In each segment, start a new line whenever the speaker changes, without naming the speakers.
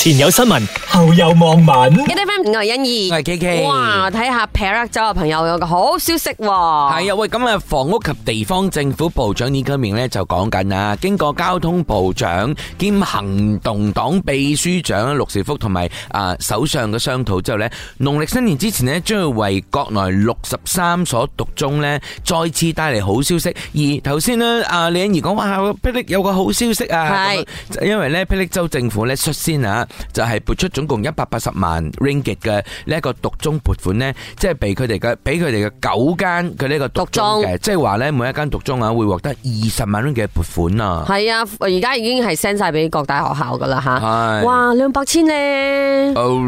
前有新聞，後有網民。
一 FM 我係欣怡，
我係 KK
哇，睇下 Perak 州嘅朋友有個好消息喎。
係啊，喂，咁啊，房屋及地方政府部長呢今面咧就講緊啊，經過交通部長兼行動黨秘書長陸兆福同埋啊首相嘅商討之後咧，農曆新年之前咧，將會為國內六十三所獨中咧再次帶嚟好消息。而頭先咧，啊李欣怡講哇，霹靂有個好消息啊，
係
咁啊因為咧霹靂州政府咧率先啊，就係撥出總共一百八十萬 ringgit 嘅呢一個獨中撥款咧，即係俾佢哋嘅俾佢哋嘅九間佢呢個獨中
獨中
嘅，即係話咧每一間獨中啊會獲得二十萬 ringgit 嘅撥 款啊，
係啊，而家已經係 send 晒俾各大學校噶啦吓。
係。
哇，兩百千咧，
哦，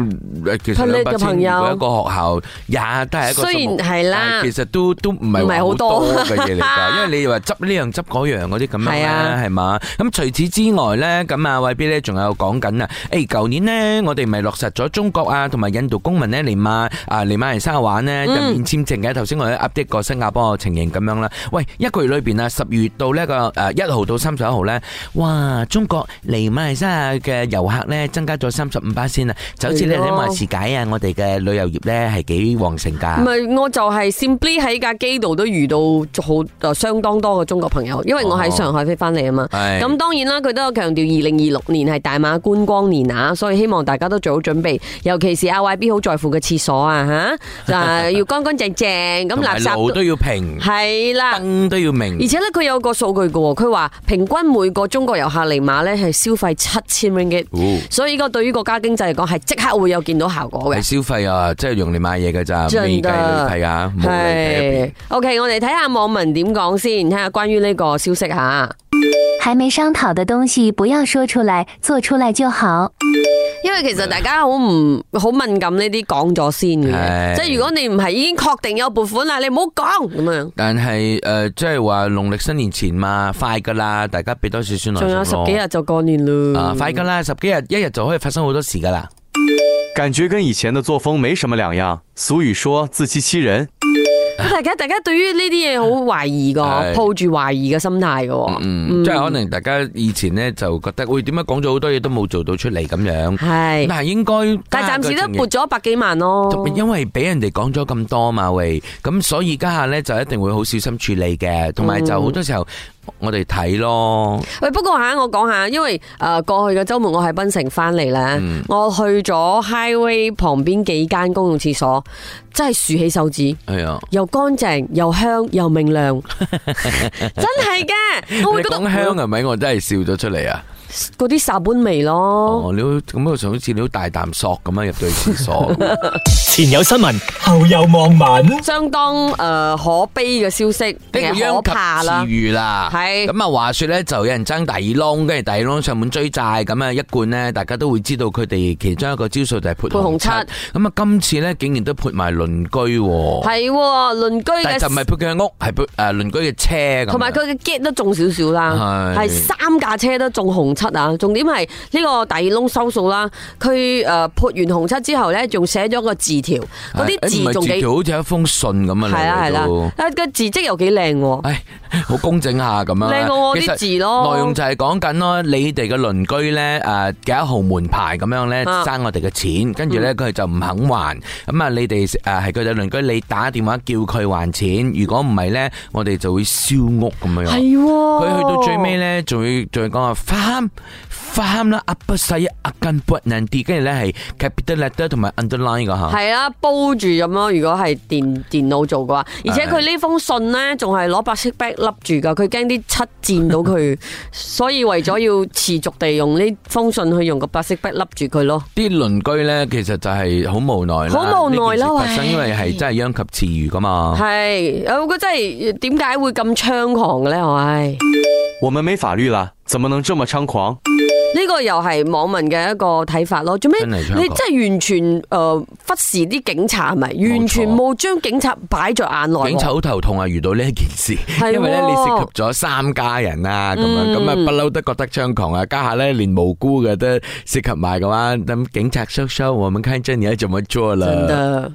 其實
佢
兩
叻
百
嘅
千
朋友
如果一個學校廿都係一個數目
雖然係啦
但其實都都唔係
唔
話
係好
好
多
多嘅嘢 嚟㗎，因為你話執呢樣執嗰樣嗰啲咁樣
係
咧，
啊
係嘛？咁除此之外咧，咁啊，惠 B 咧仲有講緊啊，誒舊年呢，我哋咪落實咗中國啊同埋印度公民咧嚟馬啊嚟馬來西亞玩呢，就免簽證嘅。頭先我哋 update 過新加坡嘅情形咁樣啦。喂，一個月裏邊啊，十月到呢個誒一號到三十一號咧，哇！中國嚟馬來西亞嘅遊客咧增加咗三十五巴仙啊，就好似你
係咯
喺馬來時解啊，我哋嘅旅遊業咧係幾旺盛
唔
㗎。
係我就係 simply 喺架機度都遇到好呃相當多嘅中國朋友，因為我喺
哦
上海飛翻嚟啊嘛。
係
咁當然啦，佢都有強調二零二六年係大馬觀光年啊，所以希望大家都做好準備，尤其是 RYB 好在乎嘅廁所啊吓，就係要乾乾淨淨，咁
同埋
垃圾
路
都
都要平，
係啦。
燈都要明
而。且咧，佢有個數據嘅喎，佢話平均每個中國遊客嚟馬咧係消費七千 ringgit，
哦
所以呢個對於國家經濟嚟講係即刻會有見到效果嘅
係。消費啊，即係用嚟買嘢嘅咋，
真㗎
未計旅費啊，冇旅費
係，OK，我哋睇下網民點講先，睇下關於呢個消息吓。
还没商讨的东西不要说出来，做出来就好。
因為其實大家好唔好敏感呢啲講咗先嘅，
係
即係如果你唔係已經確定有撥款啦，你唔好講咁樣。
但係诶、呃即係話農曆新年前嘛，快噶啦，大家俾多少少耐
仲有十
性咯
幾日就過年
啊
啦，，
快噶啦，十幾日一日就可以發生好多事噶啦。
感觉跟以前的作风没什么两样。俗语说自欺欺人，
大家大家對於呢啲嘢好懷疑噶，
係
抱住懷疑嘅心態噶。
嗯，即係可能大家以前呢就覺得，喂，點解講咗好多嘢都冇做到出嚟咁樣？
係，
但係應該，
但係暫時都撥咗百幾萬咯。
因為俾人哋講咗咁多嘛，喂，咁所以家下呢就一定會好小心處理嘅，同埋就
嗯
好多時候我哋睇咯，
喂，不過吓我講下，因為诶过去嘅週末我喺槟城翻嚟咧，我去咗 highway 旁邊幾間公用廁所，真係豎起手指。
係啊。
又乾淨又香又明亮，真係嘅，我會
你
哦覺得
講香係咪？我真係笑咗出嚟啊！
嗰啲沙本味咯。
哦，你好咁我上次你好大啖索咁啊樣入到去廁 所。
前有新聞，後有網民。
相當诶、呃可悲嘅消息，定
呢個
係可怕啦
殃及。池魚啦，
係
咁啊！話說咧，就有人爭大耳窿，跟住大耳窿上門追債，咁啊一貫呢，大家都會知道佢哋其中一個招數就係
潑
潑
紅
紅
漆
漆。咁啊，今次咧竟然都潑埋鄰居喎，
係喎，鄰居
但係就唔
嘅
係潑佢嘅屋，係潑誒鄰居嘅車咁樣。
同埋佢嘅 get 都中少少啦，
係
係三架車都中紅漆啊！重點係呢個大耳窿收數啦，佢诶泼完紅漆之後咧，仲寫咗個字條，嗰
誒
啲
唔
字
係
仲
字
幾
條好似一封信咁啊，
係啦係
嚟到
啦，啊個字跡又幾靚喎，
唉，好工整下咁樣。
靚過我
其實
啲字咯。
內容就係講緊咯，你哋嘅鄰居咧，誒幾多號門牌咁樣咧，
啊
爭我哋嘅錢，跟住咧佢就唔肯還，咁啊你哋誒係佢哋鄰居，你打電話叫佢還錢，如果唔係咧，我哋就會燒屋咁樣。
係喎，
佢去到最尾啊咧，仲要仲要講話 farm farm 啦，up 細啊，akan b u t n d 跟住咧係 capital letter 同埋 underline 噶嚇。
係啦，煲住咁咯。如果係電電腦做嘅話，而且佢呢封信呢，仲係攞白色 bag 笠住噶，佢驚啲漆溅到 佢，所以為咗要持續地用呢封信去用個白色 bag 笠住佢咯。
啲鄰居咧，其實就係好無奈啦，
好無奈啦
呢件事發生
喂
因為係真係殃及池魚噶嘛。
係，啊我覺得真係點解會咁猖狂嘅咧？唉，
我们没法律了，怎么能这么猖狂？
呢個又係網民嘅一個睇法咯。做咩
真係猖狂
你真係完全诶、呃忽視啲警察係咪？完全
冇錯
冇將警察擺在眼內喎。
警察好頭痛啊！遇到呢一件事，
喎嗯
因為咧你涉及咗三家人啊，咁樣咁啊不嬲都覺得猖狂啊，家下咧連無辜嘅都涉及埋嘅話，咁警察叔叔，我們看真你怎麼做
真
啦？
的。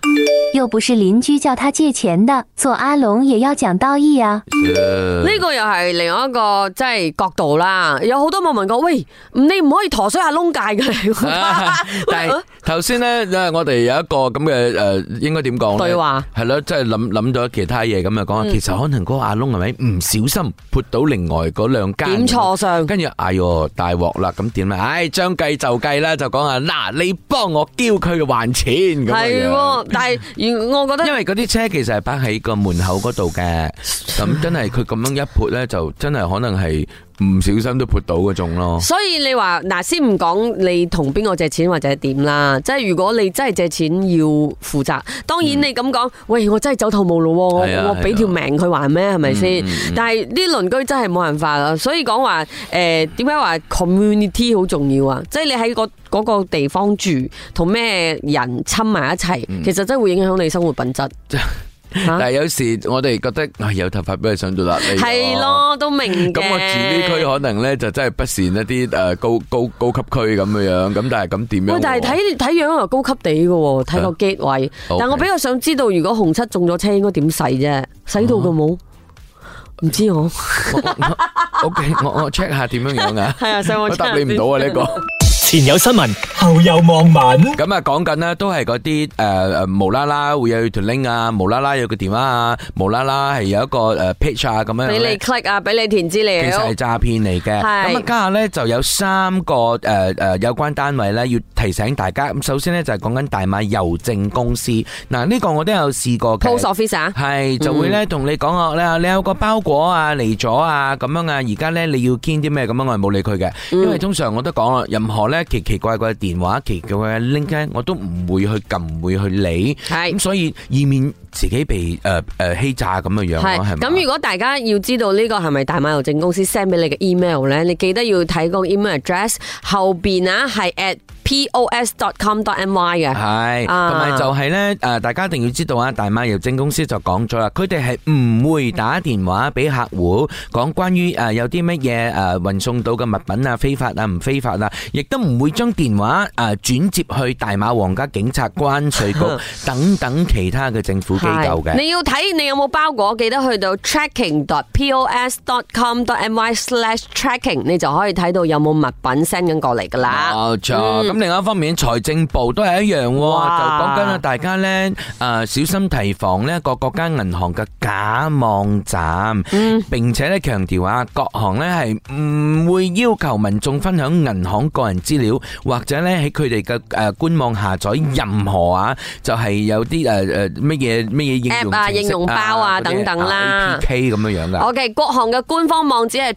又不是邻居叫他借钱的，做阿龙也要讲道义啊。
嗯
呢個又係另外一個即係角度啦。有好多網民講：喂，你唔可以陀衰下窿界 嘅。
但係頭先咧，誒我哋有一個咁嘅誒，應該點講咧？
對話
係咯，即係諗諗咗其他嘢咁啊講。其實可能嗰個阿窿係咪唔小心潑到另外嗰兩間？
點錯上
跟住哎哟大鑊啦！咁點咧？唉，將計就計啦，就講啊嗱，你幫我叫佢還錢咁
係
樣。
喎，但係如我覺得
因為嗰啲車其實係擺喺個門口嗰度嘅，咁真係佢咁樣一潑咧，就真係可能係唔小心都潑到嗰種咯。
所以你話嗱，先唔講你同邊個借錢或者點啦，即係如果你真係借錢要負責，當然你咁講，喂，我真係走投無路喎，我
嗯係啊
我
係啊嗯
俾條命佢還咩？係咪先？但係啲鄰居真係冇辦法啦，所以講話誒點解話 community 好重要啊？即係你喺個嗰個地方住，同咩人親埋一齊，
嗯
其實真係會影響你生活品 質。嚇
啊但係有時我哋覺得唉有頭髮俾佢上到啦，你
係。咯，都明嘅。
咁我住呢區可能咧就真係不善一啲诶高高高級區咁樣樣，咁但係咁點樣喎？
喂，但係睇睇樣又高級地嘅喎，睇個 g 位。
OK
但我比較想知道，如果紅七中咗車應該點洗啫？洗到嘅
嗯
冇？唔知我？
O K，我我 check 下點樣樣啊
係啊，上
我答你唔到啊 呢個。
前有新聞，後有網民。
咁啊，講緊咧都係嗰啲誒誒無啦啦會有條 link 啊，無啦啦有個電話啊，無啦啦係有一個誒 page 啊咁樣
俾你
咧。
click 啊，俾你填資
其實係
料。
詐騙嚟嘅，
係
咁啊家下咧就有三個誒誒、呃有關單位咧要提醒大家。咁首先咧就係講緊大馬郵政公司，嗱、呢、個我都有試過嘅。
Post office 啊，
系就會咧同你講啊，你話你有個包裹啊嚟咗啊咁樣啊，而家咧你要堅啲咩咁樣，我係冇理佢嘅，因為通常我都講啦，任何咧奇奇怪怪嘅電話、奇奇怪嘅 link 咧，我都唔會去撳，唔會去理，咁
係
所以以免自己被诶诶欺詐咁嘅樣
係
咯，係咪？
咁如果大家要知道呢個係咪大馬郵政公司 send 俾你嘅 email 咧，你記得要睇個 email address 後邊啊係 at pos.com.my 嘅。
係，
啊
同埋就係呢，诶，大家一定要知道啊，大馬郵政公司就講咗啦，佢哋係唔會打電話俾客戶講關於诶有啲乜嘢诶運送到嘅物品啊，非法啊，唔非法啊，亦都唔會將電話诶转接去大馬皇家警察、關税局等等其他嘅 政府機構
係
嘅。
你要睇你有冇包裹，記得去到 tracking.pos.com.my/tracking，你就可以睇到有冇物品 send 緊過嚟噶啦。
冇錯，咁另一方面，財政部都係一樣喎，
哇
就講緊啊，大家呢，诶、小心提防呢個國家銀行嘅假網站，並且呢強調啊，各行呢係唔會要求民眾分享銀行個人資料，或者呢喺佢哋嘅诶官網下載任何啊，就係有啲诶诶乜嘢乜嘢應用
App 啊
程式
應用包啊
嗰啲
等等啦
APK 咁樣樣噶。
OK，國行嘅官方網址係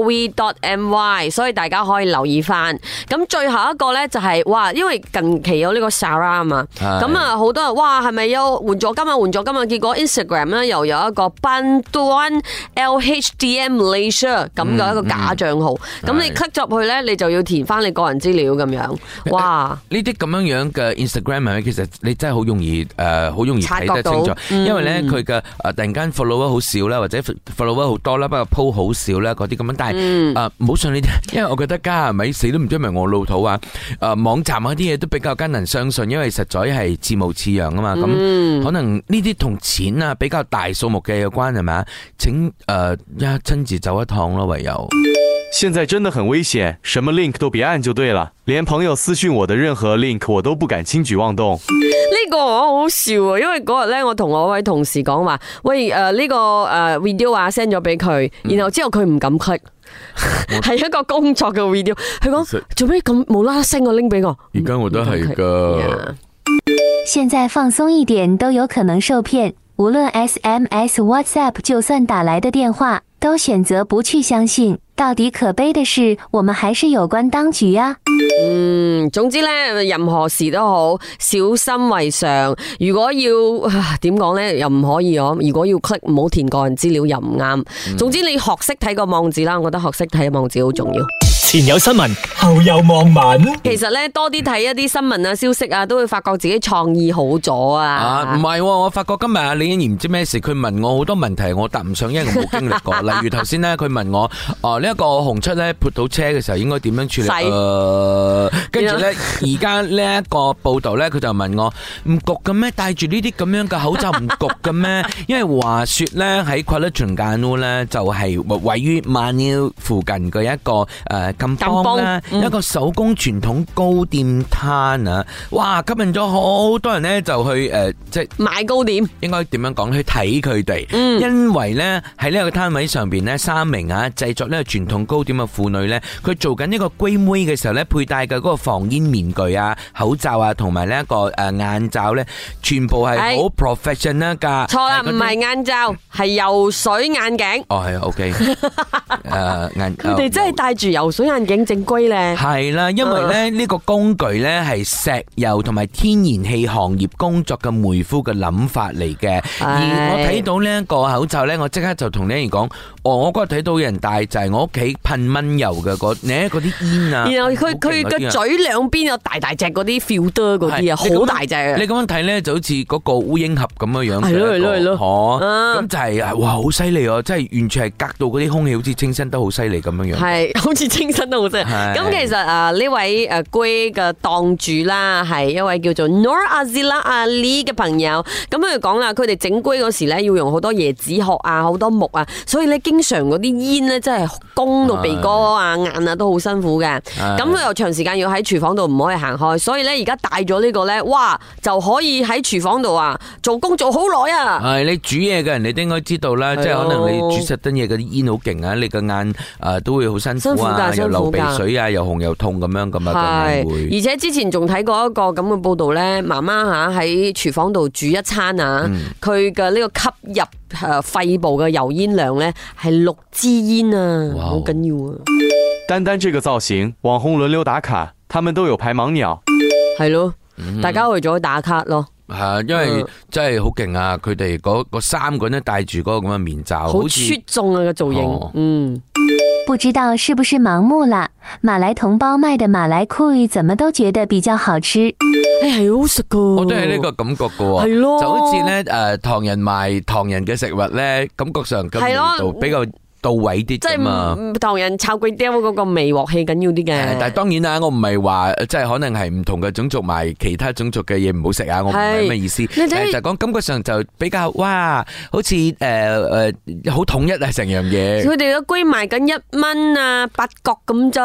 www.bnm.gov.my，所以大家可以留意翻。咁最後一個呢，就係、哇，因為近期有呢個 Sara 啊嘛，
係
咁啊好多人哇係咪有援助金啊援助金啊？結果 Instagram 咧又有一個 Bantuan LHDM Malaysia 咁嘅一個假帳號，咁、你
嗯係
click 入去呢，你就要填翻你個人資料咁樣，哇！
呢啲咁樣樣嘅 Instagram 係咪其實你真係好容易誒，呃好、容易睇
察覺
得清楚
到，嗯
因為咧佢嘅誒呃突然間 follower 好少啦，或者 follower 好多啦，不過 po 好少啦嗰啲咁樣，但
嗯
係誒唔好信呢啲， 因為我覺得家下咪死都唔知係咪我老土啊！誒、網站嗰啲嘢都比較艱難相信，因為實在係似模似樣啊嘛，咁、
嗯
可能呢啲同錢啊比較大數目嘅有關係咪啊？請誒、呃一親自走一趟咯，唯有。
现在真的很危险，什么 link 都别按就对了。连朋友私讯我的任何 link 我都不敢轻举妄动。
呢個我好笑啊，因為嗰日咧，我同我位同事講話，喂誒呢、個誒 video 啊 send 咗俾佢，然後之後佢唔敢 click。係 一個工作嘅 video，佢講做咩咁無啦啦 send 個 link 俾我？
而家我都係㗎
唔敢 click，yeah
现在放松一点都有可能受骗，无论 SMS、WhatsApp，就算打来的电话，都选择不去相信。到底可悲的是，我们还是有关当局啊。
嗯，總之咧，任何事都好，小心為上。如果要啊點講咧，又唔可以哦。如果要 click，唔好填個人資料又唔啱。總之你學識睇個網址啦，我覺得學識睇網址好重要。
前有新聞，後有網民。
其實咧，多啲睇一啲新聞啊、消息啊，都會發覺自己創意好咗
啊，
啊。
唔係喎，我發覺今日阿李欣然唔知咩事，佢問我好多問題，我答唔上，因為我冇經歷 過。例如頭先咧，佢問我，哦呢一個紅漆咧潑到車嘅時候應該點樣處理？
洗
誒跟 住咧，而家呢一個報道咧，佢就問我唔焗嘅咩？戴住呢啲咁樣嘅口罩唔焗嘅 咩？因為話說咧，喺 q u a l a t u n g a n u 咧，就係位於曼紐附近嘅一個呃誒禁
禁
邦
邦
啦，
嗯
一個手工傳統糕點攤啊，哇！吸引咗好多人咧，就去誒、呃即係
買糕點，
應該點樣講去睇佢哋，
嗯
因為呢，喺呢個攤位上邊呢，三名啊製作呢個傳統糕點嘅婦女呢，佢做緊呢個龜妹嘅時候呢，佩戴嘅嗰個防煙面具啊、口罩啊，同埋呢一個誒眼罩呢，全部係好 professional 㗎。
錯啦，
但嗰
唔
啲
係眼罩，係游水眼鏡。
哦，係 OK，誒眼
佢哋真係戴住游水眼鏡正規咧。
系啦，因為咧呢個工具咧係石油同埋天然氣行業工作嘅梅夫嘅諗法嚟嘅。而
唉
我睇到呢一個口罩咧，我即刻就同呢人講，哦，我嗰日睇到有人戴就係我屋企噴蚊油嘅嗰咧嗰啲煙啊。
然後佢佢
好勁嗰啲
嘅
啊
嘴兩邊有大大隻嗰啲 filter 嗰啲啊，
係你咁樣
好大隻啊！
你咁樣睇咧，就好似嗰個烏蠅俠咁嘅樣嘅
係咯係咯
一個
係咯
嗬
啊
咁就係哇好犀利哦！真係完全係隔到嗰啲空氣好似清新得好犀利咁樣樣。
係，好似清新都好啫。
係
咁其實啊，呢位誒龜嘅檔主啦，係一位叫做 Nor Azila Ali 嘅朋友。咁佢講啦，佢哋整龜嗰時咧，要用好多椰子殼啊，好多木啊，所以咧經常嗰啲煙咧，真係攻到鼻哥啊、眼啊，都好辛苦嘅。
係
咁佢又長時間要喺廚房度唔可以行開，所以咧而家戴咗呢個咧，哇就可以喺廚房度啊做工做好耐啊！
系你煮嘢嘅人，你都應該知道啦，
係
即
啊
係可能你煮實燈嘢嗰啲煙好勁啊，你個眼诶都會好辛
辛
苦
苦
啊，
㗎
又流鼻
辛苦㗎
水啊，又紅又痛咁樣咁啊，個眼
係，
會
而且之前仲睇過一個咁嘅報道咧，媽媽吓喺廚房度煮一餐啊，
嗯
佢嘅呢個吸入誒肺部嘅油煙量咧係六支煙啊，
哇哦
好緊要啊，
单单这个造型，网红轮流打卡，他们都有排盲鸟。
係咯，嗯大家去咗打卡咯，
嗯係因為
嗯
真係好勁啊！佢哋嗰嗰三個人都戴住嗰個咁嘅面罩，
好
好似
出眾啊個造
哦
型，嗯，
不知道是不是盲目啦？马来同胞卖的马来酷鱼怎么都觉得比较好吃。
哎係好食噶，
我哦都係呢個感覺嘅喎，
係咯
就好似咧诶唐人賣唐人嘅食物咧，感覺上嘅味
係咯
道比較到位啲
即
㗎嘛。
係唐人炒粿條嗰個味鑊氣緊要啲
誒啊但係
嘅。
當然啦，我唔係話即係可能係唔同嘅種族埋其他種族嘅嘢唔好食啊，我唔係
係
咩意思，
睇
但係就講感覺上就比較哇，好似誒誒好統一啊成樣嘢。
佢哋嘅龜賣緊一蚊啊，八角咁咋？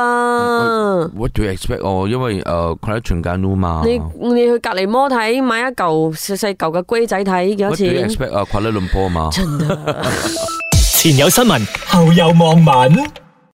What do you expect 我？因為誒佢喺全間屋嘛。
你你去隔離摩睇買一嚿細細嚿嘅龜仔睇幾多
What do you
錢？
expect 啊？快樂輪波嘛。
前有新聞，後有網民。